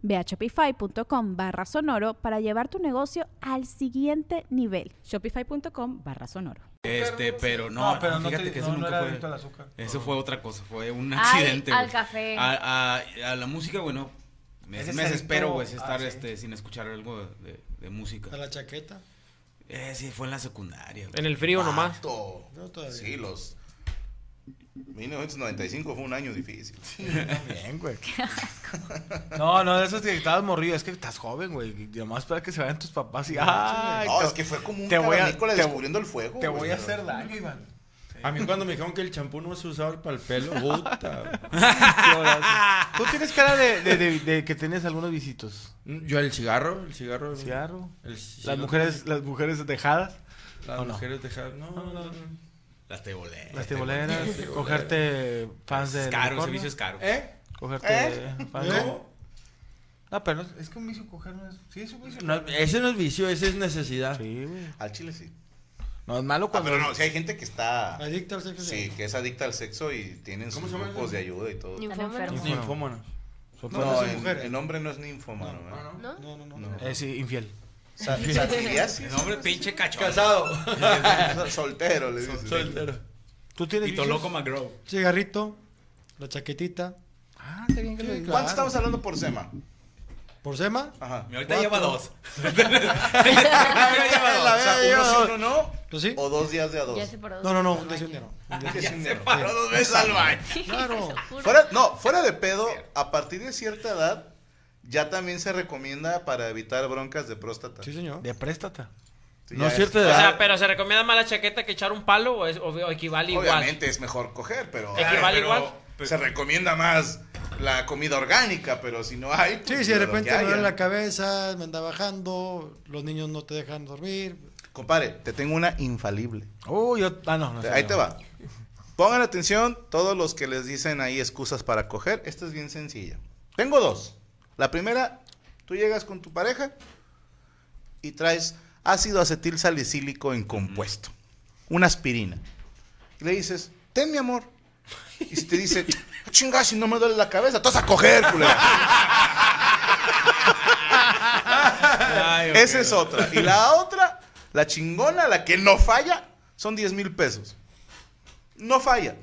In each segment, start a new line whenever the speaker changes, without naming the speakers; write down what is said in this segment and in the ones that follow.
Ve a shopify.com barra sonoro para llevar tu negocio al siguiente nivel.
Shopify.com barra sonoro.
Este, pero no,
No, pero no
fíjate
te-
que eso
no, no
nunca
era
fue.
adicto al azúcar.
Eso fue otra cosa, fue un
Ay,
accidente.
al
güey.
café.
A, a- a la música, güey, no. Me,
Ese es
me
adicto
desespero, güey, es
a-
estar
sí.
este, sin escuchar algo de, de música.
¿A la chaqueta?
Eh, sí, fue en la secundaria. güey.
En el
Ah.
frío nomás.
Vato.
Yo todavía.
Sí, los. 1995 fue un año difícil.
Bien, güey. No, no, de esos que estabas morrido. Es que estás joven, güey. Y nomás espera que se vayan tus papás y. ¡Ay!
No,
te-
es que fue como un
te voy a-
cavernícola
te-
descubriendo el fuego.
Te
güey,
voy a
pero-
hacer daño, Iván.
A mí cuando me dijeron que el champú no se usaba para el pelo, puta.
Qué horas. Tú tienes cara de, de- de- de que tienes algunos visitos.
Yo el cigarro, el cigarro.
Cigarro.
el
Las
cigarro.
mujeres, las mujeres dejadas.
Las
¿o no?
mujeres dejaron. No, no, no.
Las teboleras.
Las tiboleras. Cogerte fans de.
Es caro, el
unicornio,
servicio es caro.
¿Eh?
Cogerte fans de-
¿Eh?
No, pero no- es que un vicio coger no es. Sí, es un vicio.
No, ese no es vicio, ese es necesidad.
Sí, güey.
Al chile sí.
No es malo
Ah,
cuando.
pero no, si hay gente que está.
Adicta al sexo.
Sí, que es adicta al sexo y tienen sus
¿Cómo se llama
grupos
eso?
de ayuda y todo.
Ni
No,
enfermo.
Es ninfómano.
no,
en,
mujer.
en hombre no es ninfomano. ¿eh?
¿No?
no, no, no. Es infiel.
Sa- satiriasis.
No, hombre, pinche cachorro.
Casado.
Soltero, le dices.
Soltero.
¿Tú tienes
Y Toloco McGraw.
Cigarrito, la chaquetita. Ah, está bien que lo digas.
¿Cuánto estamos hablando por sema?
¿Por Sema?
Ajá.
Y ahorita lleva dos.
O sea, uno sí, uno no.
¿Pues sí?
O dos días de a dos.
Ya se paró.
No, no, no,
Al
un día sí, un día
baño.
no.
Ya se
Paró dos veces al baño.
Claro.
Fuera, no, fuera de pedo, a partir de cierta edad, ya también se recomienda para evitar broncas de próstata.
Sí, señor. De préstata.
Sí,
No
ya
es cierta
O
edad.
sea, pero se recomienda más la chaqueta que echar un palo o, es, o- o equivale igual.
Obviamente es mejor coger, pero
Equivale
Claro, pero
igual.
pues
se recomienda más la comida orgánica, pero si no hay.
Sí,
pues,
si de
lo
repente
que
me duele
haya.
la cabeza, me anda bajando, los niños no te dejan dormir.
Compadre, te tengo una infalible.
Oh, yo. Ah, no, no.
Ahí te va. Pongan atención todos los que les dicen ahí excusas para coger. Esta es bien sencilla. Tengo dos. La primera, tú llegas con tu pareja y traes ácido acetil salicílico en compuesto. Una aspirina. Y le dices, ten mi amor. Y si te dice, chingas, si no me duele la cabeza, te vas a coger, culera.
Ay, ok.
Esa es otra. Y la otra, la chingona, la que no falla, son 10 mil pesos. No falla.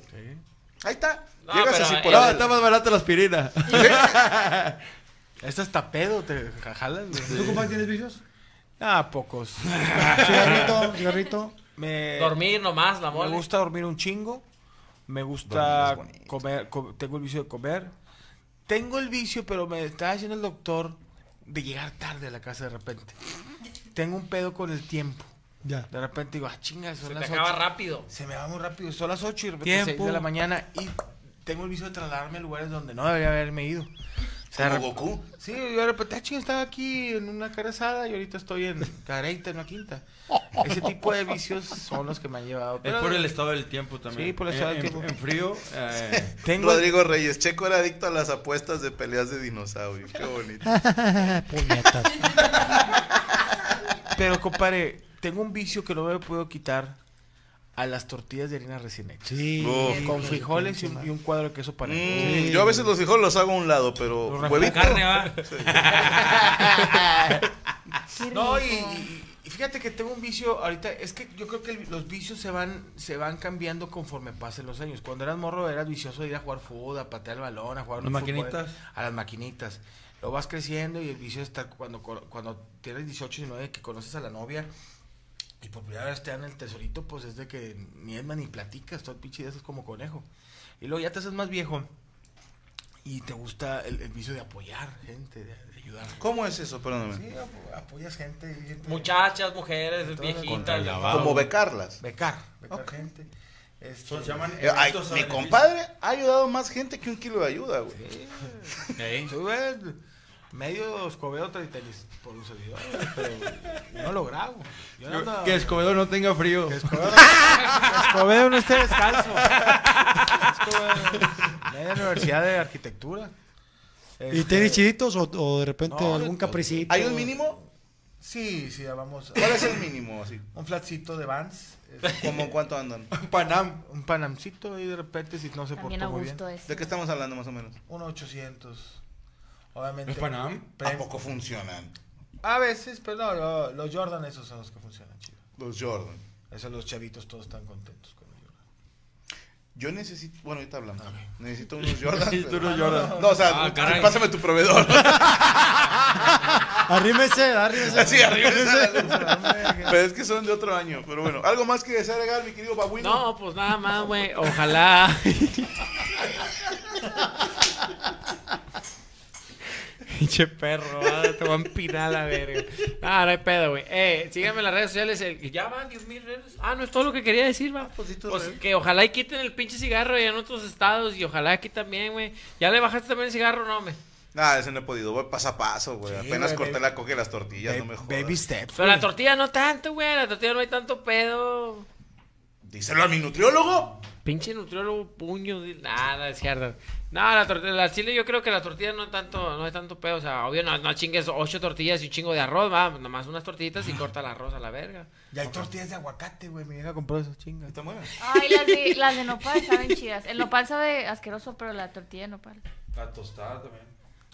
Ahí está.
No,
Llegas
pero
así por
ella-
No,
ahí.
está más barata la aspirina.
Esta está pedo, te jajalas.
¿Tú, compadre, tienes vicios?
Ah, pocos.
Cigarrito, cigarrito.
Me,
Dormir nomás, la
me
mole.
gusta dormir un chingo. Me gusta
Dormir es bonito.
comer. co- tengo el vicio de comer. Tengo el vicio, pero me estaba diciendo el doctor de llegar tarde a la casa de repente. Tengo un pedo con el tiempo.
Ya.
De repente digo, ah, chinga, son
Se te
las
acaba
ocho.
rápido.
Se me va muy rápido, son las 8 y de repente seis de la mañana y tengo el vicio de trasladarme a lugares donde no debería haberme ido. O sea,
Como
de rep-
Goku.
Sí, yo de repente, ah, chinga, estaba aquí en una carezada y ahorita estoy en careita, en una quinta. Ese tipo de vicios son los que me han llevado.
Es
pero
por el estado del tiempo también.
Sí, por el estado del
En- en-
tiempo.
En frío. eh,
tengo
Rodrigo Reyes, Checo era adicto a las apuestas de peleas de dinosaurios. Qué bonito.
Pero, compadre, tengo un vicio que no me lo puedo quitar a las tortillas de harina recién hechas.
Sí.
Uf.
Con frijoles y un, y un cuadro de queso para
Mm, Yo a veces los hijos los hago a un lado, pero
Los
huevito.
Carne, va.
No, y, y- y fíjate que tengo un vicio ahorita, es que yo creo que el- los vicios se van, se van cambiando conforme pasen los años. Cuando eras morro eras vicioso de ir a jugar fútbol, a patear el balón, a jugar
¿Las
fútbol,
maquinitas?
a las maquinitas. Lo vas creciendo y el vicio está cuando, cuando tienes 18, 19, que conoces a la novia Y por primera vez te dan el tesorito, pues es de que ni es más ni platicas, todo el pinche día es como conejo. Y luego ya te haces más viejo y te gusta el, el vicio de apoyar gente, de, de ayudar.
¿Cómo es eso? Perdóname.
Sí, apo- apoyas gente. gente-
Muchachas, mujeres,
Entonces,
viejitas.
contra el
ya.
lavado.
Como becarlas.
Becar, becar
Ok.
gente. Este,
Son- se llaman
Eh, ay,
eventos a
mi
beneficio.
compadre ha ayudado más gente que un kilo de ayuda, güey.
Ey.
tú ves, medio escobedo Tritelis por un servidor, pero no lo grabo. Yo no ando-
Que Escobedo no tenga frío.
que Escobedo, que Escobedo no esté descalzo. Escobedo, media universidad de arquitectura.
¿Y
Este,
tenis chiditos o, o de repente
No,
algún
no,
capricito?
¿Hay un mínimo?
Sí, sí, ya vamos.
¿Cuál es el mínimo? Así,
Un flatcito de Vans. este,
¿Cómo cuánto andan?
Panam.
Un panamcito ahí de repente si no se
También
portó muy bien.
Augusto es.
¿De qué estamos hablando más o menos?
Un 800. Obviamente.
¿Los Panam?
prem-
¿A poco funcionan?
A veces, pero no, lo- los Jordan esos son los que funcionan chido.
Los Jordan.
Esos los chavitos todos están contentos con los Jordan.
Yo necesito, bueno, ahorita hablamos. Necesito unos Jordan.
Y tú
pero-
no lloras.
No, o sea,
Ah, caray.
pásame tu proveedor.
Arrímese, arrímese.
Así, arriba. Pero es que son de otro año. Pero bueno, algo más que desear agregar, mi querido babuino.
No, pues nada más, güey. Ojalá. Pinche perro, ah, te voy a empinar la verga. Ah, No, no hay pedo, güey. Eh, síganme en las redes sociales. el- Ya van 10 mil redes. Ah, no es todo lo que quería decir, va.
pues sí, tú
Pues
re-
que ojalá y quiten el pinche cigarro allá en otros estados y ojalá aquí también, güey. ¿Ya le bajaste también el cigarro? No, me.
Nada, ese no he podido. Voy paso a paso, güey.
Sí,
Apenas
güey,
corté
baby.
la coca y las tortillas, no me
Ba-
jodas.
Baby steps.
Pero la tortilla no tanto, güey. La tortilla no hay tanto pedo.
Díselo a mi nutriólogo.
Pinche nutriólogo puño, di- nada, es cierto. No, la tortilla, la chile yo creo que la tortilla no es tanto, no es tanto pedo, o sea, obvio no, no chingues ocho tortillas y un chingo de arroz, va, nomás unas tortillitas y corta el arroz a la verga.
Y hay tortillas de aguacate, güey. Mi vieja compró esas chingas. Ah,
Está buena.
Ay, las de, las de nopal saben chidas. El nopal sabe asqueroso, pero la tortilla de nopal.
Está tostada también.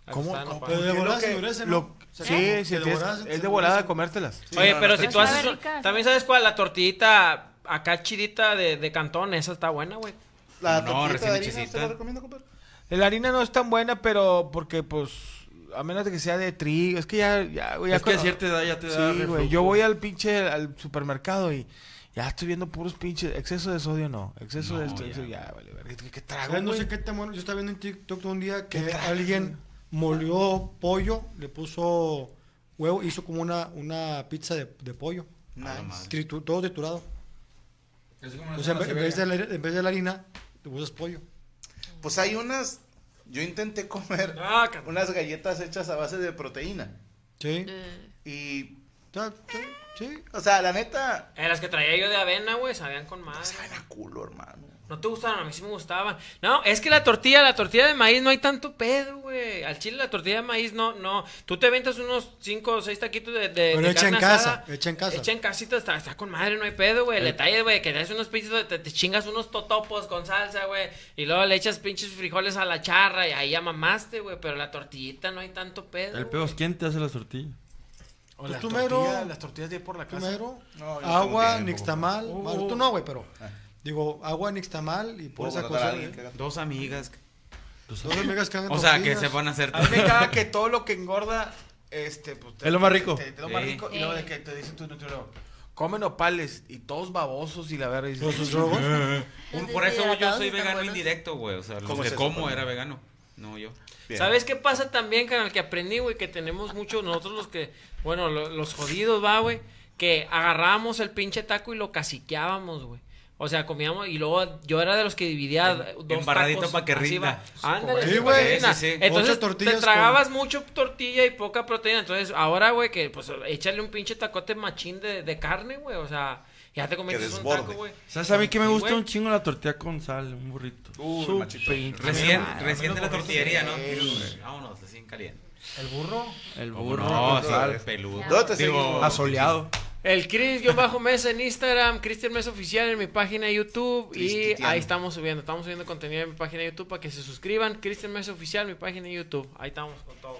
¿Cómo?
Hasta no,
¿Cómo?
pa-
Pero Pues de
Porque
volada
pues lo
se
que-
endurece, ¿no?
lo-
Se-
sí,
¿no?
si
Se devora-
tienes-
se
es de
endurece.
volada comértelas.
Oye,
no,
pero
no,
si
no.
tú haces,
Sabe
un-
rica.
también sabes cuál, la tortillita acá chidita de, de Cantón, esa está buena, güey.
La
No,
tortita
recién
de harina, te
hechecita.
la recomiendo, compadre.
La harina no es tan buena, pero porque, pues, a menos de que sea de trigo. Es que ya, ya, güey. ya
Es que a
cuando-
cierta edad ya te da
Sí, güey.
reflujo.
Yo voy al pinche, al supermercado y ya estoy viendo puros pinches. Exceso de sodio no. Exceso de esto. Exceso, ya, vale, vale. ¿Qué, qué trago,
¿Sabes? No
güey?
sé qué tan bueno. Yo estaba viendo en TikTok un día que
¿Qué traes,
alguien molió pollo, le puso huevo, hizo como una, una pizza de, de pollo.
Nice.
Tritu- todo triturado.
Es como una
O sea, en
zona
vez- en vez, de
severa.
la, en vez de la harina, le usas pollo.
Pues hay unas. Yo intenté comer
Ah, cabrón.
unas galletas hechas a base de proteína.
Sí.
Y.
Está- sí, sí.
O sea, la neta.
Eh, las que traía yo de avena, güey, sabían con madre.
Saben a culo, hermano.
No te gustaban, a mí sí me gustaban. No, es que la tortilla, la tortilla de maíz no hay tanto pedo, güey. Al chile la tortilla de maíz no, no. Tú te ventas unos 5 o 6 taquitos de, de,
Pero
de
hecha
carne
en casa,
asada.
hecha en casa. Eh.
Hecha en casita, está, está con madre, no hay pedo, güey. El detalle, güey, que das unos pinches, te, te chingas unos totopos con salsa, güey. Y luego le echas pinches frijoles a la charra y ahí ya mamaste, güey. Pero la tortillita no hay tanto pedo.
El
güey.
pedo es quién te hace las tortillas.
O las
Pues tú mero.
tortillas, las tortillas de ahí por la casa.
Primero,
No, yo no tengo
agua,
tiempo,
nixtamal.
compadre.
Bueno, tú no, güey, pero. Digo, agua, nixtamal y por
Puedo
esa
contratar a
cosa.
alguien que haga-
Dos amigas.
Dos amigas que hagan
O sea, que
tortillas.
se van a hacer.
A mí me caga que todo lo que engorda, este, pues, te-
Es lo más rico.
te- te- lo más
Sí.
rico. Y luego de que te dicen tu nutriólogo, come nopales y todos babosos y la verdad. y
Los
dices,
nutriólogos.
Eh,
Un-
Los
por eso yo
deshidratados
soy
están
vegano
buenos.
indirecto, güey. O sea, los
¿Cómo
que
es eso,
como
Pablo?
era vegano. No, yo.
Bien.
¿Sabes qué pasa también, canal? Que aprendí, güey, que tenemos muchos nosotros los que, bueno, lo- los jodidos, va, güey, que agarrábamos el pinche taco y lo caciqueábamos, güey. O sea, comíamos y luego yo era de los que dividía dos
embarradito
tacos
pa' que
así,
rinda.
va. Ándale,
Sí,
sí,
güey.
pa' que rinda.
Sí, sí, sí.
Entonces
Ocho tortillas
te tragabas mucho tortilla y poca proteína. Entonces, ahora, güey, que pues échale un pinche tacote machín de, de carne, güey. O sea, ya te comiste un
desborde.
taco, güey.
¿Sabes a mí que me
Sí,
gusta
güey.
un chingo la tortilla con sal, un burrito?
Uy,
Su
machito.
pinche
Recién,
madre.
recién de la tortillería, ¿no? Vámonos, recién caliente.
El burro.
El burro.
No,
con
sal,
sal.
peludo.
¿Dónde te seguimos?
Asoleado.
El Chris, yo bajo mesa en Instagram, Cristian Mesa Oficial en mi página de YouTube y
Cristian.
ahí estamos subiendo, estamos subiendo contenido en mi página de YouTube para que se suscriban, Cristian Mesa Oficial, mi página de YouTube, ahí estamos con todo.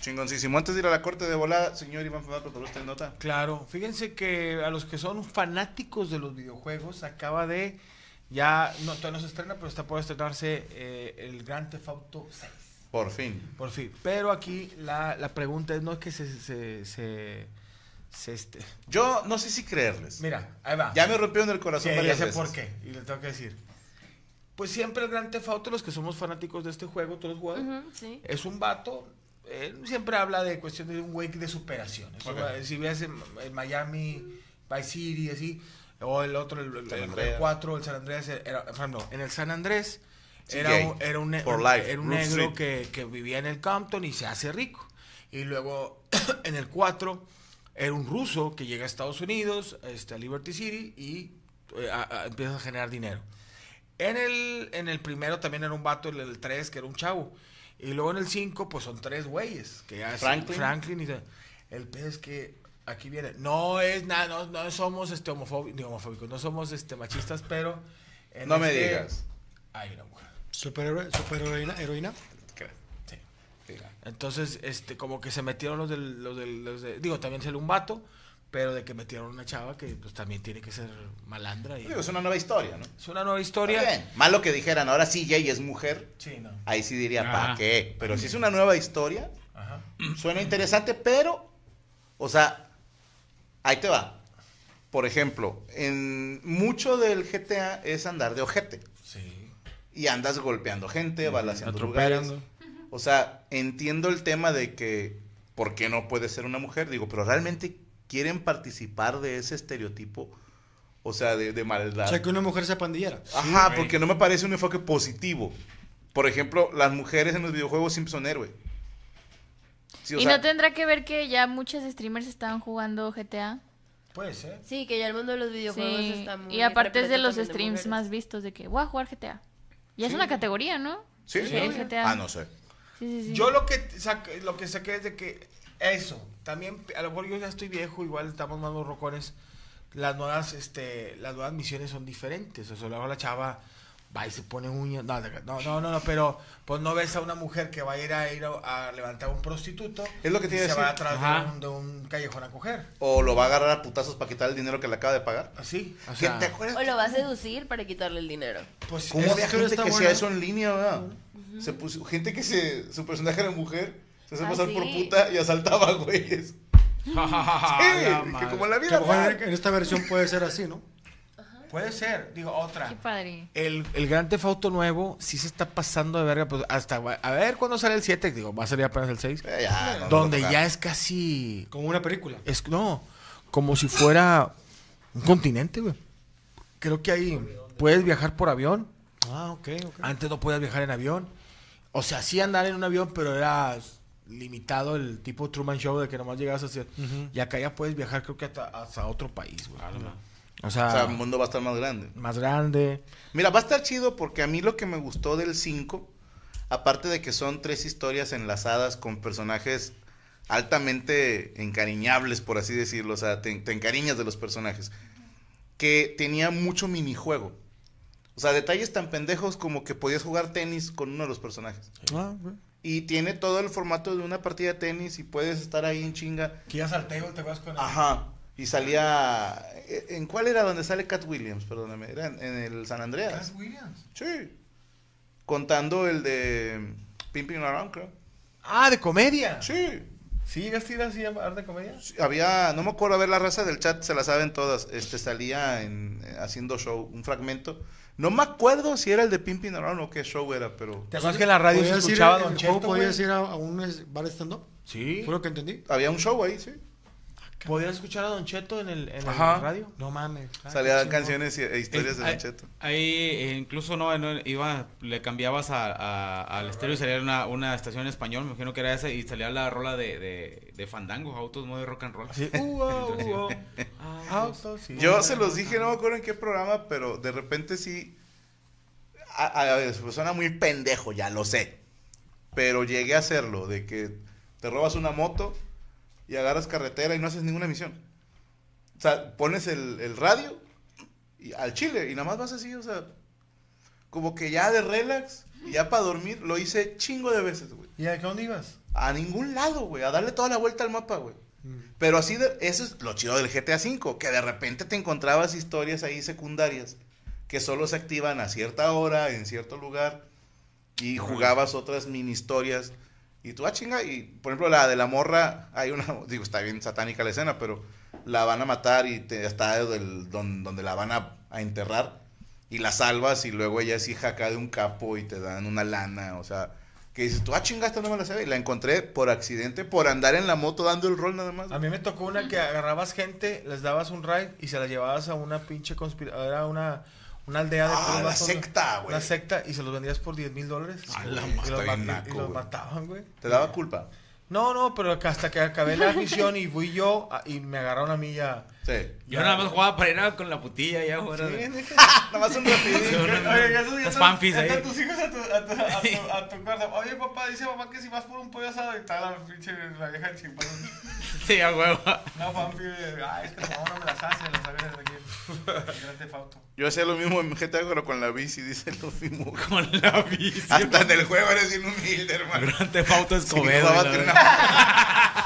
Chingoncísimo. Antes de ir a la corte de volada, señor Iván Famaco, ¿por usted nota?
Claro, fíjense que a los que son fanáticos de los videojuegos, acaba de, ya, no, todavía no se estrena, pero está por estrenarse eh, el Grand Theft Auto 6.
Por fin.
Por fin. Pero aquí la, la pregunta es, no es que se, se, se, se este...
Yo no sé si creerles.
Mira, ahí va.
Ya me rompieron el corazón
Sí,
varias
ya sé
veces.
por qué, y le tengo que decir. Pues siempre el Gran Auto, los que somos fanáticos de este juego, todos los jugadores,
Ujú, sí.
es un vato, él siempre habla de cuestión de un güey de superación. Es un
Ok.
güey- Si ves en, en Miami, Vice City, así, o el otro, el, el-
San
el
Andreas.
4, el San Andrés, era, por ejemplo, en el San Andrés
CJ,
era un, era un, ne-
for
un-
life,
era un
Roof
negro
Street.
que, que vivía en el Compton y se hace rico. Y luego en el 4 era un ruso que llega a Estados Unidos, este, a Liberty City, y eh, a- a- empieza a generar dinero. En el, en el primero también era un vato, en el 3, que era un chavo. Y luego en el 5, pues son tres güeyes. Que ya es
Franklin.
Franklin y tal. el pedo es que aquí viene. No es nada, no, no somos este homofóbicos, homofóbicos, no somos este machistas, pero. en
No me
este-
digas.
Hay una mujer.
Superhéroe, superheroína, heroína.
Entonces, este, como que se metieron los del, los del, los de- digo, también salió un vato, pero de que metieron una chava que pues también tiene que ser malandra. Y,
Digo, es una nueva historia, ¿no?
Es una nueva historia.
Está bien. Malo que dijeran, ahora sí Jay es mujer.
Sí, no.
Ahí sí diría, ¿para
Ajá.
qué? Pero si es una nueva historia,
Ajá.
suena interesante, pero, o sea, ahí te va. Por ejemplo, en mucho del GTA es andar de ojete.
Sí.
Y andas golpeando gente, balaseando lugares.
atropellando.
O sea, entiendo el tema de que, ¿por qué no puede ser una mujer? Digo, pero realmente quieren participar de ese estereotipo, o sea, de, de maldad.
O sea, que una mujer sea pandillera.
Ajá, porque no me parece un enfoque positivo. Por ejemplo, las mujeres en los videojuegos siempre son héroe. Sí, o
¿Y
sea,
no tendrá que ver que ya muchos streamers estaban jugando GTA?
Puede ser.
Sí, que ya el mundo de los videojuegos
Sí,
está muy
Y aparte es de
repleto
los
también
streams
mujeres.
más vistos de que voy a jugar GTA. Ya es una categoría, ¿no?
¿Sí?
Sí, el GTA.
Ah, no sé.
Sí, sí, sí.
Yo lo que saqué, lo que saqué es de que eso, también a lo mejor yo ya estoy viejo, igual estamos más rocones. Las nuevas, este, las nuevas misiones son diferentes. O sea, luego la chava va y se pone uñas. No, no, no, no, no, pero pues no ves a una mujer que va a ir a ir a, a levantar a un prostituto.
Es lo que te
y
iba a
Se va
decir.
atrás de
Ajá.
un, de un callejón a coger.
O lo va a agarrar a putazos para quitar el dinero que le acaba de pagar.
Así.
O
sea-
¿Te acuerdas?
O lo va a seducir para quitarle el dinero.
Pues
¿Cómo había gente que hacía
sea
eso en línea, verdad? Se puso, gente que se, su personaje era mujer, se hacía
Ah,
pasar por
sí.
puta y asaltaba güeyes. sí, Ah,
La
que
madre.
como en la
Que
vida.
a lo mejor
real.
en- en esta versión puede ser así, ¿no?
Puede ser, digo, otra.
padre.
El, el Gran Auto nuevo sí se está pasando de verga. Pues hasta va- a ver cuándo sale el 7. Digo, va a salir apenas el 6.
ya, no,
donde
no toca.
ya es casi.
Como una película.
Es, no, como si fuera un continente, güey. Creo que ahí puedes viajar por avión.
Ah, ok, ok.
Antes no podías viajar en avión. O sea, sí andar en un avión, pero era limitado el tipo Truman Show de que nomás llegabas hacia.
Ujú.
Y acá ya puedes viajar, creo que hasta, hasta otro país, güey. O
O
sea,
sea, el mundo va a estar más grande.
más grande.
Mira, va a estar chido porque a mí lo que me gustó del 5, aparte de que son tres historias enlazadas con personajes altamente encariñables, por así decirlo, o sea, te, te encariñas de los personajes, que tenía mucho minijuego. O sea, detalles tan pendejos como que podías jugar tenis con uno de los personajes.
Ah,
Y tiene todo el formato de una partida de tenis y puedes estar ahí en chinga.
Que ya salteo, te vas con
Ajá. Y salía... eh, ¿En cuál era donde sale Cat Williams? Perdóname. Era en, en el San Andreas.
Williams.
Sí. Contando el de Pimping Around, creo.
Ah, de comedia.
Sí.
¿Sí llegaste a ir así a bar de comedia?
Había, no me acuerdo, a ver, la raza del chat se la saben todas. Este salía en, eh, haciendo show, un fragmento. No me acuerdo si era el de Pimping Around o qué show era, pero.
¿Te acuerdas que en la radio se
¿Podías ir-
escuchaba
en
Don
el juego
Cheto,
¿Podías
güey?
ir a, a un es- bar stand-up?
Sí.
Fue lo que entendí.
Había un show ahí, sí.
Ah, ¿Podías escuchar a Don Cheto en el, en el
Ajá.
radio? No mames. Ah,
Salían
qué chingón. ah,
canciones y- e historias de
Ay,
Don Cheto.
Ahí eh, incluso no, no, iba, le cambiabas a- a- al estéreo y salía una, una estación en español, me imagino que era esa, y salía la rola de, de, de Fandango, autos muy rock and roll.
Sí. Uh, oh, oh, oh. Autos, sí.
Yo se los dije, no me acuerdo en qué programa, pero de repente sí. A, a- a- suena muy pendejo, ya lo sé. Pero llegué a hacerlo, de que te robas una moto y agarras carretera y no haces ninguna misión. O sea, pones el, el radio y- al chile y nada más vas así, o sea, como que ya de relax, y ya para dormir, lo hice chingo de veces, güey.
¿Y a dónde ibas?
A ningún lado, güey, a darle toda la vuelta al mapa, güey.
Mm.
Pero así, de, eso es lo chido del GTA V, que de repente te encontrabas historias ahí secundarias que solo se activan a cierta hora, en cierto lugar, y jugabas otras mini historias. Y tú, ah, chinga, y por ejemplo la de la morra, hay una, digo, está bien satánica la escena, pero la van a matar y te, está del- don- donde la van a, a enterrar y la salvas y luego ella es hija acá de un capo y te dan una lana, o sea, que dices tú, ah, chinga, esta no me la sabía. Y la encontré por accidente, por andar en la moto dando el rol nada más.
A mí me tocó una que agarrabas gente, les dabas un ride y se la llevabas a una pinche conspiradora, una, una aldea de...
Ah,
puros
la
vatos,
secta, güey.
Una secta y se los vendías por 10 mil dólares.
A la
Y los
madre,
ma- y-
naco,
y los
güey.
mataban, güey.
¿Te daba culpa?
No, no, pero que hasta que acabé la misión y fui yo a- y me agarraron a mí ya.
Sí.
Yo nada más jugaba para ir a- con la putilla ya fuera. de-
Nada más un rapidito.
Oye, ya esos- ya
Las
son-
fanfis
ya están
ahí.
tus hijos a tu, a tu, a tu- a tu cuarto. Oye, papá, dice mamá que si vas por un pollo asado y tal, la pinche la vieja chimpán.
Sí, a huevo.
No, fanfi, ay, es que tu mamá no me las hace, las sabes desde aquí. El Gran Tefauto.
Yo hacía lo mismo en GTA, pero con la bici, dice lo mismo. Con la bici.
Ah.
Hasta en el juego eres bien humilde, hermano. Durante Fauto
Escobedo, y la verga.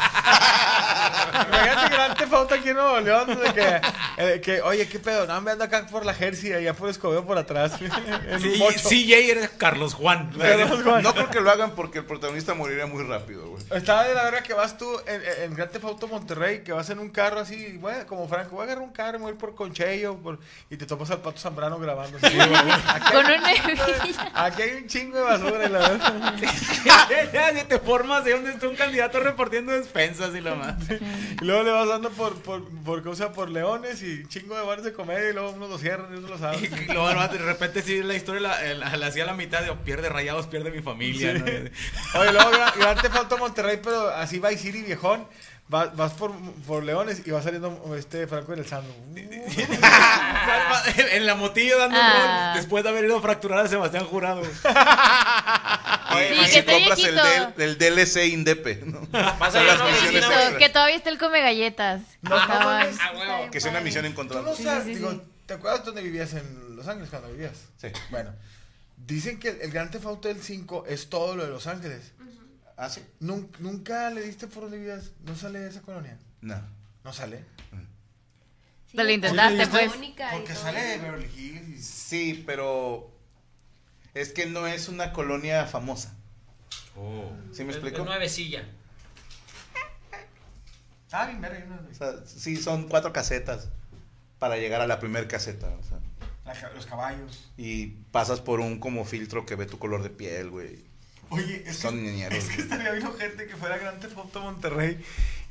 Imagínate que Gran Tefauto aquí en Nuevo León, de que, eh, que, oye, qué pedo, no, me ando acá por la Jersey, allá por Escobedo por atrás. en un mocho.
CJ eres Carlos Juan.
Carlos Juan.
No creo que lo hagan porque el protagonista moriría muy rápido, güey.
Estaba de la verga que vas tú en, en- en Gran Theft Auto Monterrey, que vas en un carro así, güey, como Franco, voy a agarrar un carro, me voy a ir por Conchello, por- y te topas al Pato Zambrano grabando. así, güey. aquí,
Con
hay-
una hebilla.
aquí hay un chingo de basura y la verdad.
ya, ya, ya te formas de donde está un candidato repartiendo despensas y la madre.
Y luego le vas dando por, por, por cosa, por leones y un chingo de bares de comedia, y luego uno lo cierran y otro lo sabe.
Y luego el vato, de repente sí la historia la, eh, la- la hacía a la mitad de "Oh, pierde rayados, pierde mi familia.
Sí.
¿no?
Oye, luego Gran, Gran Theft Auto Monterrey, pero así va y City viejón. va- vas por, por Leones y va saliendo este Franco en el sando.
en la motillo dando un
Ah.
rol después de haber ido a fracturar a Sebastián Jurado.
Y
Sí, que
si
esté
compras el,
viejito.
del- el DLC Indepe, ¿no? Son las misiones extra.
Que todavía está el come galletas.
No,
Estaban-
no, no,
Que sea una misión encontrada.
Tú no sabes, digo, ¿te acuerdas dónde vivías en Los Ángeles cuando vivías?
Sí.
Bueno, dicen que el, el Gran Theft Auto del 5 es todo lo de Los Ángeles.
¿Ah, sí?
Nun- ¿Nunca le diste por dónde vivías? ¿No sale de esa colonia?
No.
¿No sale?
Te lo intentaste, pues.
Porque sale de Beverly Hills.
Sí, pero es que no es una colonia famosa. ¿Sí me
Es-
explico?
es nuevecilla.
Ah, bien, verga, no,
O sea, sí, son cuatro casetas para llegar a la primer caseta. o sea,
la ca- los caballos.
y pasas por un como filtro que ve tu color de piel, güey.
Oye, es que-
son niñeros.
Es que estaría bien gente que fuera Gran Theft Auto Monterrey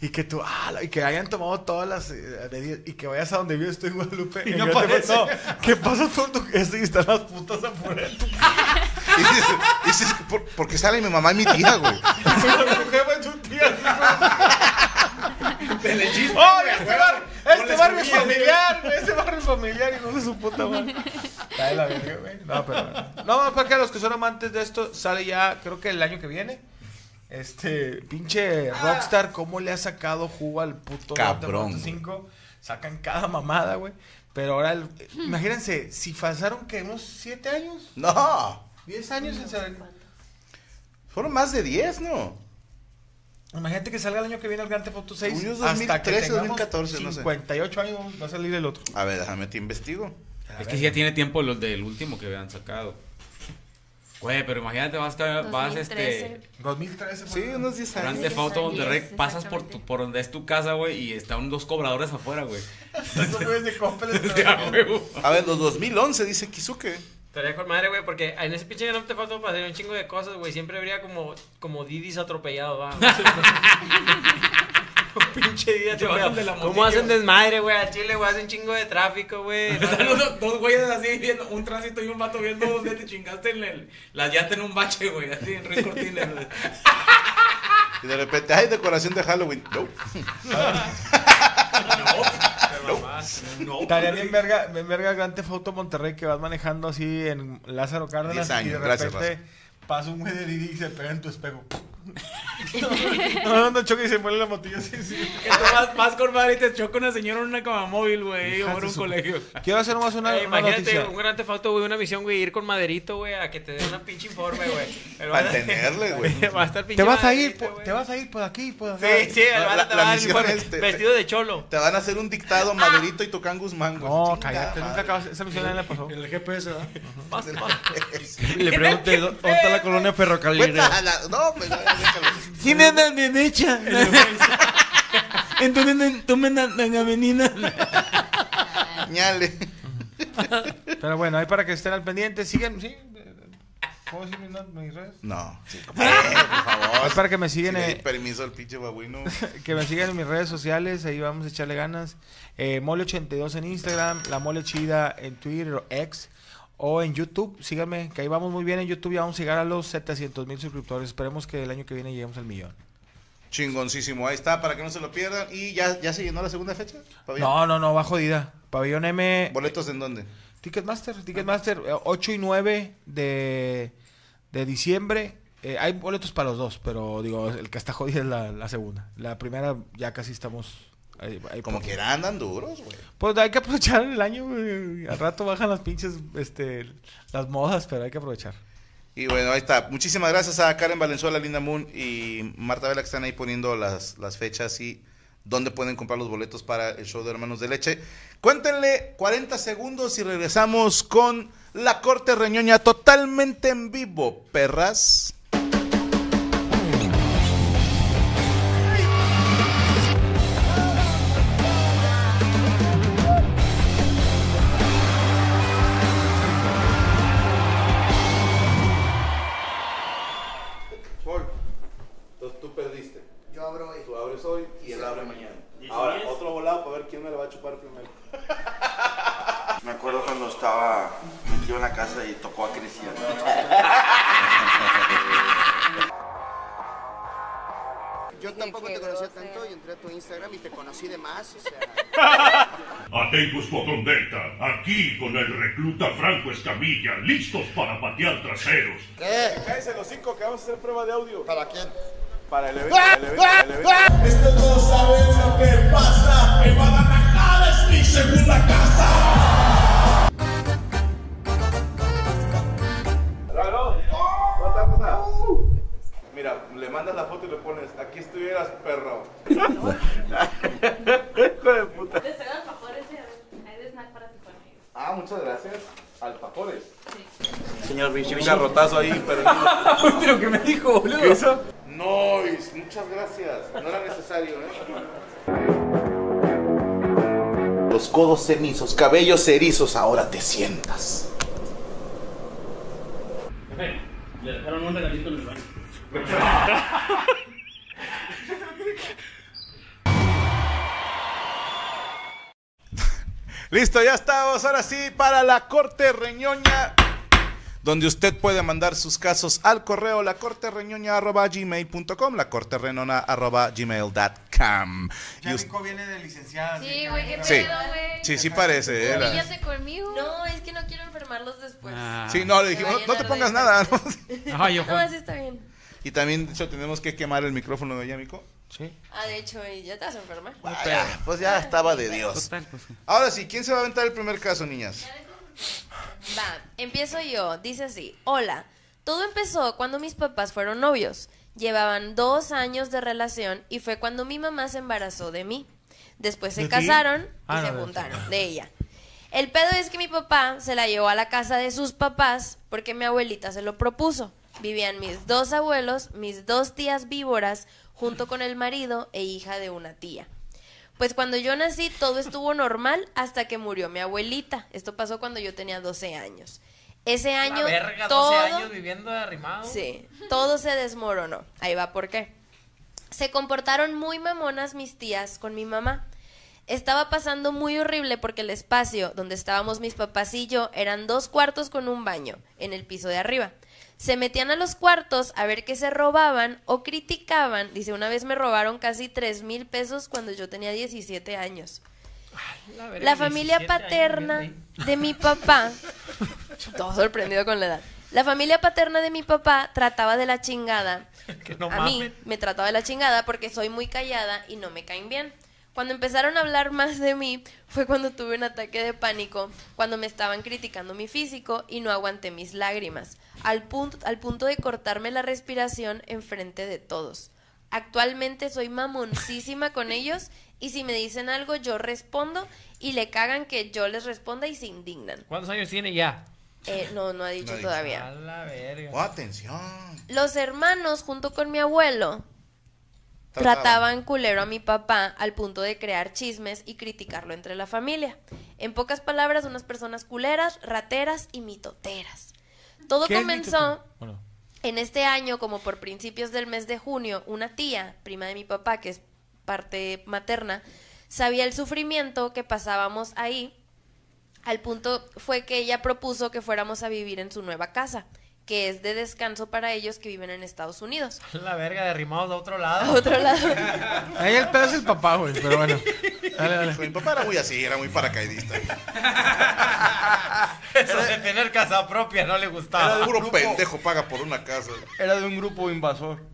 y que tú, ah, la- y que hayan tomado todas las eh, medidas y que vayas a donde vives tú en Guadalupe.
Y
en
no
Grand Theft Auto.
aparece.
No, que pasas por tu este y están las putas afuera. de tu
Y dices, y dices, ¿por, por qué sale mi mamá y mi tía, güey?
jefa y tu tía. ¡Oh, este bar! ¡Este barrio es familiar! güey, ¡Este barrio es familiar! Y no de su puta madre. Está de la verga, güey. No, pero bueno. No, más para que los que son amantes de esto, sale ya, creo que el año que viene. Este, pinche Rockstar, ¿cómo le ha sacado jugo al puto
Cabrón,
5? Sacan cada mamada, güey. Pero ahora, el- imagínense, si pasaron que unos 7 años.
No.
10 años en San-
Fueron más de 10, ¿no?
Imagínate que salga el año que viene el Gran Theft Auto 6.
Según yo es
hasta que
2013,
tengamos
2014, no sé.
58 años va a salir el otro.
A ver, déjame te investigo.
Es que sí ya tiene tiempo los del último que habían sacado. Güey, pero imagínate, vas, ca- vas este.
2013
Sí, unos 10 años.
Grand Theft Auto Monterrey, pasas por, tu, por donde es tu casa, güey, y están dos cobradores afuera, güey.
A ver, los 2011 dice Kizuke.
Estaría con madre, güey, porque en ese pinche Gran Theft Auto pasaría un chingo de cosas, güey. Siempre habría como, como Didis atropellado, va. Un pinche Didi atropellado.
bajan de la
¿Cómo
motillo.
hacen desmadre, güey? A Chile, güey, hacen chingo de tráfico, güey.
Están los dos- dos güeyes así viendo un tránsito y un vato viendo dónde te chingaste en el, la llanta en un bache, güey, así en Rey Cortines. güey.
Y de repente, ay, decoración de Halloween. No.
Estaría bien verga, bien verga el Gran Theft Auto Monterrey que vas manejando así en Lázaro Cárdenas
10 años,
y de
gracias,
repente pasa un güey de Didi y se pega en tu espejo.
No, no, choque y se muere la motilla. Sí, sí.
Que tú vas, vas con madre y te choca una señora en una cama móvil, güey,
Hijas
o en
de
un
su-
colegio.
Quiero hacer nomás una,
Eh,
una
imagínate
noticia.
un gran tefauto, güey, una misión, güey, ir con maderito, güey, a que te den una pinche informe, güey. El
Para
vato-
tenerle, güey.
Va a estar
Te
pinche
vas a
maderito,
ir, po- te vas a ir por aquí, por acá.
este, Sí, sí, el
Ah, La-
vato
la-
te
la
va a dar el
misión este.
informe,
es te-
vestido de cholo.
Te van a hacer un dictado maderito y tocan Guzmán, güey.
No,
Chinga
cállate, nunca
madre.
acabas. Esa misión nadie la pasó.
El GPS, ¿verdad?
Le pregunté, ¿dó- ¿dónde está la colonia ferrocarrilera?
Cuenta a la- No, pues, déjalo.
¿Quién es la derecha? Entonces tomen la, avenida.
Ñale.
Pero bueno, ahí para que estén al pendiente, sigan, sí. ¿Puedo decir mis, no- mis redes?
No, sí, compadre, por favor.
Es para que me siguen,
Si le di
eh.
permiso al pinche babuino.
Que me sigan en mis redes sociales, ahí vamos a echarle ganas. Eh, Mole82 en Instagram, La Mole Chida en Twitter o X, o en YouTube, síganme, que ahí vamos muy bien en YouTube y vamos a llegar a los 700 mil suscriptores. Esperemos que el año que viene lleguemos al millón.
Chingoncísimo, ahí está, para que no se lo pierdan. ¿Y ya, ya se llenó la segunda fecha? Pabellón.
No, eh. no, no, va jodida. Pabellón M.
¿Boletos en dónde?
Ticketmaster,
Ah.
Ticketmaster, eh, 8 y 9 de, de diciembre. Eh, hay boletos para los dos, pero digo, el que está jodido es la, la segunda. La primera ya casi estamos... ahí- ahí
Como
por-
quiera, andan duros, güey.
Pues hay que aprovechar el año, güey. Al rato bajan las pinches, este, las modas, pero hay que aprovechar.
Y bueno, ahí está. Muchísimas gracias a Karen Valenzuela, Linda Moon y Marta Vela que están ahí poniendo las, las fechas y dónde pueden comprar los boletos para el show de Hermanos de Leche. Cuéntenle 40 segundos y regresamos con la corte reñoña totalmente en vivo, perras. Entonces tú perdiste. Yo abro hoy. Tú abres hoy y él abre mañana. Ahora, otro volado para ver quién me la va a chupar primero.
Me acuerdo cuando estaba metido en la casa y tocó a Cristian.
Yo tampoco te conocía tanto y entré a tu Instagram y te conocí de más, o sea.
Atentos tu condecta, aquí con el recluta Franco Escamilla, listos para patear traseros.
¿Qué?
Cállense los cinco que vamos a hacer prueba de audio. ¿Para quién?
Para el
Estos no saben lo que pasa. En Guadalajara es mi segunda casa.
Mira, le mandas la foto y le pones, aquí estuvieras, perro. Ah, muchas gracias. Alfajores.
Señor
Un garrotazo ahí, pero...
lo que me dijo, boludo.
¿Qué hizo? No, Is, muchas gracias. No era necesario, ¿eh?
Los codos cenizos, cabellos erizos, ahora te sientas.
Le dejaron un regalito en el baño.
Listo, ya estamos. Ahora sí, para la corte reñoña. Donde usted puede mandar sus casos al correo lacortereñoña.gmail.com, lacorterenona.gmail.com. Y us-
viene de licenciada.
Sí, güey, qué
Sí, sí, sí parece. eh, la-
conmigo. No, es que no quiero enfermarlos después.
Sí, no, le dijimos, no, no te pongas nada. ¿no?
Ajá, yo, No, este Juan. así está bien.
Y también, de hecho, tenemos que quemar el micrófono de Yamiko. Sí.
Ah, de hecho, y ya te vas a enfermar.
pues ya estaba de Dios. Ahora sí, ¿quién se va a aventar el primer caso, niñas?
Va, empiezo yo. Dice así: Hola, todo empezó cuando mis papás fueron novios. Llevaban dos años de relación y fue cuando mi mamá se embarazó de mí. Después se
¿De ti?
casaron
Ah,
y
no,
se
de-
juntaron de ella. El pedo es que mi papá se la llevó a la casa de sus papás porque mi abuelita se lo propuso. Vivían mis dos abuelos, mis dos tías víboras, junto con el marido e hija de una tía. Pues cuando yo nací todo estuvo normal hasta que murió mi abuelita. Esto pasó cuando yo tenía 12 años. Ese
La
año
verga, 12
todo
años viviendo arrimado.
Sí, todo se desmoronó. Ahí va por qué. Se comportaron muy mamonas mis tías con mi mamá. Estaba pasando muy horrible porque el espacio donde estábamos mis papás y yo eran dos cuartos con un baño en el piso de arriba. Se metían a los cuartos a ver qué se robaban o criticaban. Dice, una vez me robaron casi tres mil pesos cuando yo tenía 17 años. La familia paterna de mi papá, todo sorprendido con la edad. La familia paterna de mi papá trataba de la chingada.
Que no
a mí
mames.
me trataba de la chingada porque soy muy callada y no me caen bien. Cuando empezaron a hablar más de mí fue cuando tuve un ataque de pánico, cuando me estaban criticando mi físico y no aguanté mis lágrimas, al punto, al punto de cortarme la respiración enfrente de todos. Actualmente soy mamoncísima con ellos y si me dicen algo yo respondo y le cagan que yo les responda y se indignan.
¿Cuántos años tiene ya?
Eh, no, no ha dicho
No ha dicho.
todavía.
A la verga.
Oh, atención.
Los hermanos, junto con mi abuelo,
Trataban.
trataban culero a mi papá al punto de crear chismes y criticarlo entre la familia. En pocas palabras, unas personas culeras, rateras y mitoteras. Todo
¿Qué es
comenzó
mitote- Bueno.
en este año, como por principios del mes de junio, una tía, prima de mi papá, que es parte materna, sabía el sufrimiento que pasábamos ahí. Al punto fue que ella propuso que fuéramos a vivir en su nueva casa, que es de descanso para ellos que viven en Estados Unidos.
La verga, derrimados a otro lado.
A otro lado.
Ahí el pedo es el papá, güey, pero bueno. Dale, dale.
Pues Mi papá era muy así, era muy paracaidista.
Eso de tener casa propia no le gustaba.
Era de puro pendejo, paga por una casa.
Era de un grupo invasor.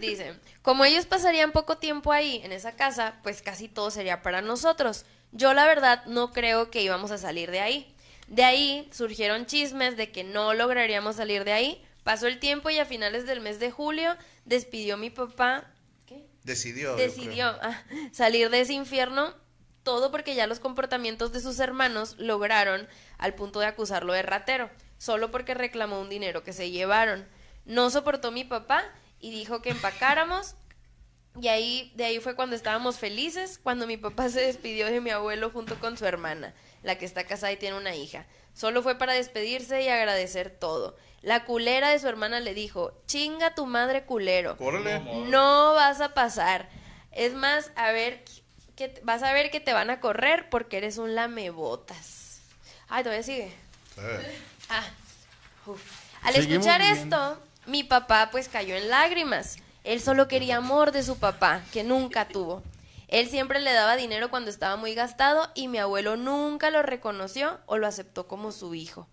Dice, como ellos pasarían poco tiempo ahí, en esa casa, pues casi todo sería para nosotros. Yo la verdad no creo que íbamos a salir de ahí. De ahí surgieron chismes de que no lograríamos salir de ahí. Pasó el tiempo y a finales del mes de julio despidió mi papá
Decidió. yo
decidió ah, salir de ese infierno todo porque ya los comportamientos de sus hermanos lograron al punto de acusarlo de ratero, solo porque reclamó un dinero que se llevaron. No soportó mi papá y dijo que empacáramos y ahí de ahí fue cuando estábamos felices, cuando mi papá se despidió de mi abuelo junto con su hermana, la que está casada y tiene una hija. Solo fue para despedirse y agradecer todo. La culera de su hermana le dijo, "Chinga tu madre culero."
Órale.
No vas a pasar. Es más, a ver, que te- vas a ver que te van a correr porque eres un lamebotas. Ay, todavía sigue.
creo. Eh.
Ah, uf. Al
Seguimos
escuchar
viviendo.
esto, mi papá pues cayó en lágrimas. Él solo quería amor de su papá, que nunca tuvo. Él siempre le daba dinero cuando estaba muy gastado y mi abuelo nunca lo reconoció o lo aceptó como su hijo.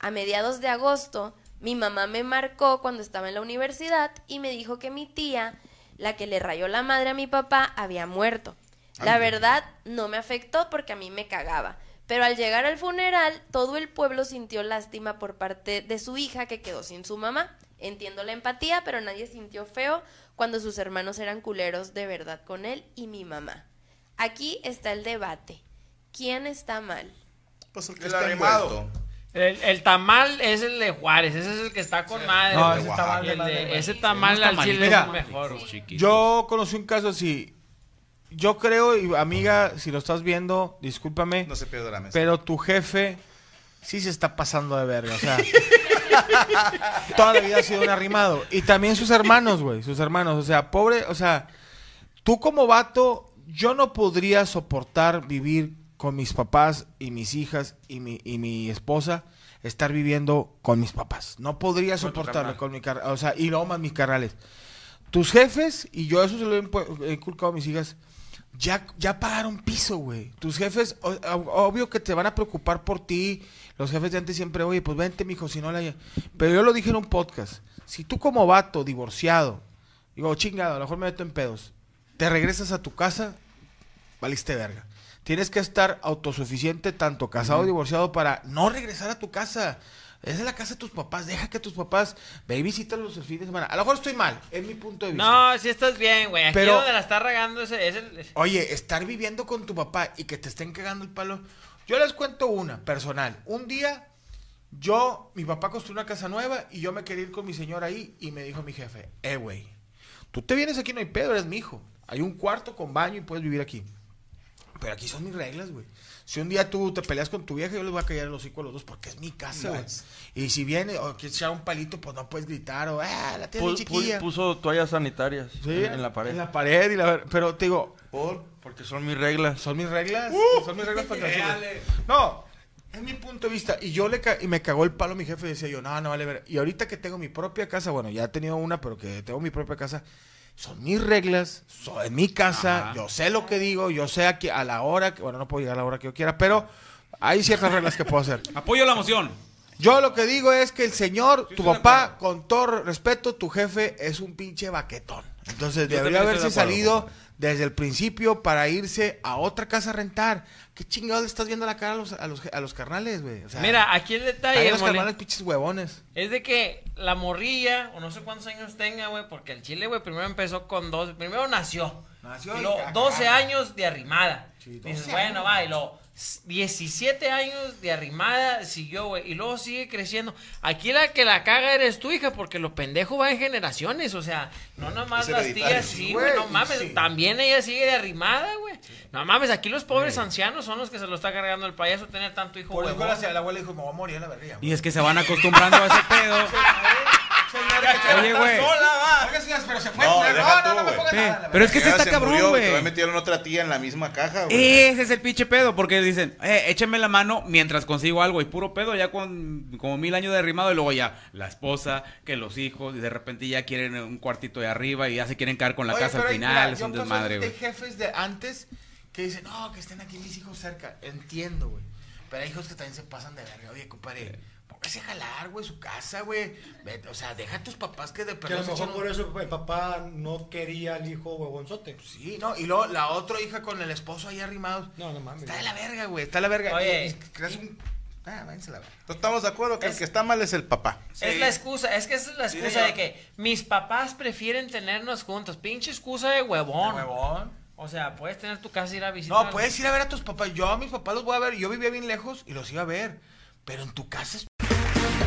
A mediados de agosto, mi mamá me marcó cuando estaba en la universidad y me dijo que mi tía, la que le rayó la madre a mi papá, había muerto. La
Ándale.
verdad, no me afectó porque a mí me cagaba. Pero al llegar al funeral, todo el pueblo sintió lástima por parte de su hija que quedó sin su mamá. Entiendo la empatía, pero nadie sintió feo cuando sus hermanos eran culeros de verdad con él y mi mamá. Aquí está el debate. ¿Quién está mal?
Pues el
que está El, el tamal es el de Juárez, ese es el que Ah, está con madre.
No,
güey.
ese tamal
Y
de
el
madre,
de-
güey.
Ese tamal
Unos
al chile es
tamalitos
el mejor. güey.
Yo conocí un caso así. Yo creo, y amiga, si lo estás viendo, discúlpame.
No se pierda la mesa.
Pero tu jefe sí se está pasando de verga. O sea, toda la vida ha sido un arrimado. Y también sus hermanos, güey. Sus hermanos. O sea, pobre, o sea, tú como vato, yo no podría soportar vivir con mis papás y mis hijas y mi, y mi esposa, estar viviendo con mis papás. No podría
Con tu
soportarlo
carnal.
con mi car o sea, y no más mis carnales. Tus jefes, y yo eso se lo he impu- he inculcado a mis hijas, ya, ya pagaron piso, güey. Tus jefes, o- o- obvio que te van a preocupar por ti. Los jefes de antes siempre, oye, pues vente, mijo, si no la... Pero yo lo dije en un podcast. Si tú como vato, divorciado, digo, chingado, a lo mejor me meto en pedos, te regresas a tu casa, valiste verga. Tienes que estar autosuficiente, tanto casado o
Ujú.
divorciado, para no regresar a tu casa. Esa es la casa de tus papás. Deja que tus papás visítalos el fin de semana. A lo mejor estoy mal, es mi punto de vista.
No, si estás bien, güey. Aquí
Pero-
donde la está regando ese, es el.
Oye, estar viviendo con tu papá y que te estén cagando el palo. Yo les cuento una, personal. Un día, yo, mi papá construyó una casa nueva y yo me quería ir con mi señora ahí y me dijo mi jefe, eh, güey, tú te vienes aquí, no hay pedo, eres mi hijo. Hay un cuarto con baño y puedes vivir aquí. Pero aquí son mis reglas, güey. Si un día tú te peleas con tu vieja, yo les voy a callar el hocico a los dos porque es mi casa, güey.
Nice.
Y si viene o quieres echar un palito, pues no puedes gritar o, ah, la tienes
Pu-
bien
pu-
chiquilla.
puso toallas sanitarias
Sí,
en, en la pared.
En la pared, y la ver- pero te digo.
¿Por? Porque son mis reglas.
Son mis reglas.
¡Uh!
Son mis reglas para que las sigas. No, es mi punto de vista. Y yo le ca- y me cagó el palo mi jefe y decía yo, no, no vale ver. Y ahorita que tengo mi propia casa, bueno, ya he tenido una, pero que tengo mi propia casa, son mis reglas, son en mi casa,
Ajá.
yo sé lo que digo, yo sé aquí a la hora, que, bueno, no puedo llegar a la hora que yo quiera, pero hay ciertas reglas que puedo hacer.
Apoyo la moción.
Yo lo que digo es que el señor, tu papá, con todo respeto, tu jefe es un pinche baquetón. Entonces
Yo
debería
también estoy
haberse
de acuerdo,
salido desde el principio para irse a otra casa a rentar. ¿Qué chingados le estás viendo la cara a los, a los, a los carnales, güey? O sea,
Mira, aquí el detalle,
ahí los
mole-
carnales pinches huevones.
Es de que la morrilla, o no sé cuántos años tenga, güey, porque el chile, güey, primero empezó con dos, primero nació.
Nació
Y luego,
y a
12
cagar.
años de arrimada.
Sí, 12
Dices, bueno,
años.
va, y luego, s- 17 años de arrimada siguió, güey, y luego sigue creciendo. Aquí la que la caga eres tu hija, porque lo pendejo va en generaciones, o sea, no nomás
Es
las
hereditario.
tías, sí, güey, no mames, también ella sigue de arrimada, güey. No mames, aquí los pobres ancianos son los que se lo está cargando el payaso tener tanto hijo,
Por
güey.
eso la- la abuela dijo, me voy a morir a la verga,
Y es que se van acostumbrando a ese pedo. Oye, güey.
Oiga, señoras, pero se
No, deja tú, güey.
Pero es que este
Señora,
está
se
cabrón,
murió,
güey. Eh.
Todavía metieron otra tía en la misma caja, güey.
Ese es el pinche pedo, porque dicen, eh, échenme la mano mientras consigo algo. Y puro pedo, ya con como mil años de rimado. Y luego ya la esposa, que los hijos, y de repente ya quieren un cuartito de arriba y ya se quieren quedar con la
Oye,
casa al
pero ahí,
final.
mira,
es
yo
un
conozco
desmadre,
de
güey.
jefes de antes que dicen, no, que estén aquí mis hijos cerca. Entiendo, güey. Pero hay hijos que también se pasan de verga. Oye, compadre, póngase a jalar, güey, su casa, güey. Vete, O sea, deja a tus papás que de
Que a lo
se
mejor
echen
por
un-
eso el papá no quería al hijo huevonzote.
Sí, no, y luego la otra hija con el esposo ahí arrimados.
No, no mames.
Está de la verga, güey, está de la verga.
Oye.
Y- y creas un- Ah, váyanse a la verga.
Entonces, estamos de acuerdo que el que está mal es el papá.
Es la excusa, es que esa es la
Sí,
excusa
señor.
de que mis papás prefieren tenernos juntos. Pinche excusa de huevón.
De huevón.
O sea, puedes tener tu casa y ir a visitar.
No, pues, puedes ir a ver a tus papás. Yo a mis papás los voy a ver. Yo vivía bien lejos y los iba a ver. Pero en tu casa es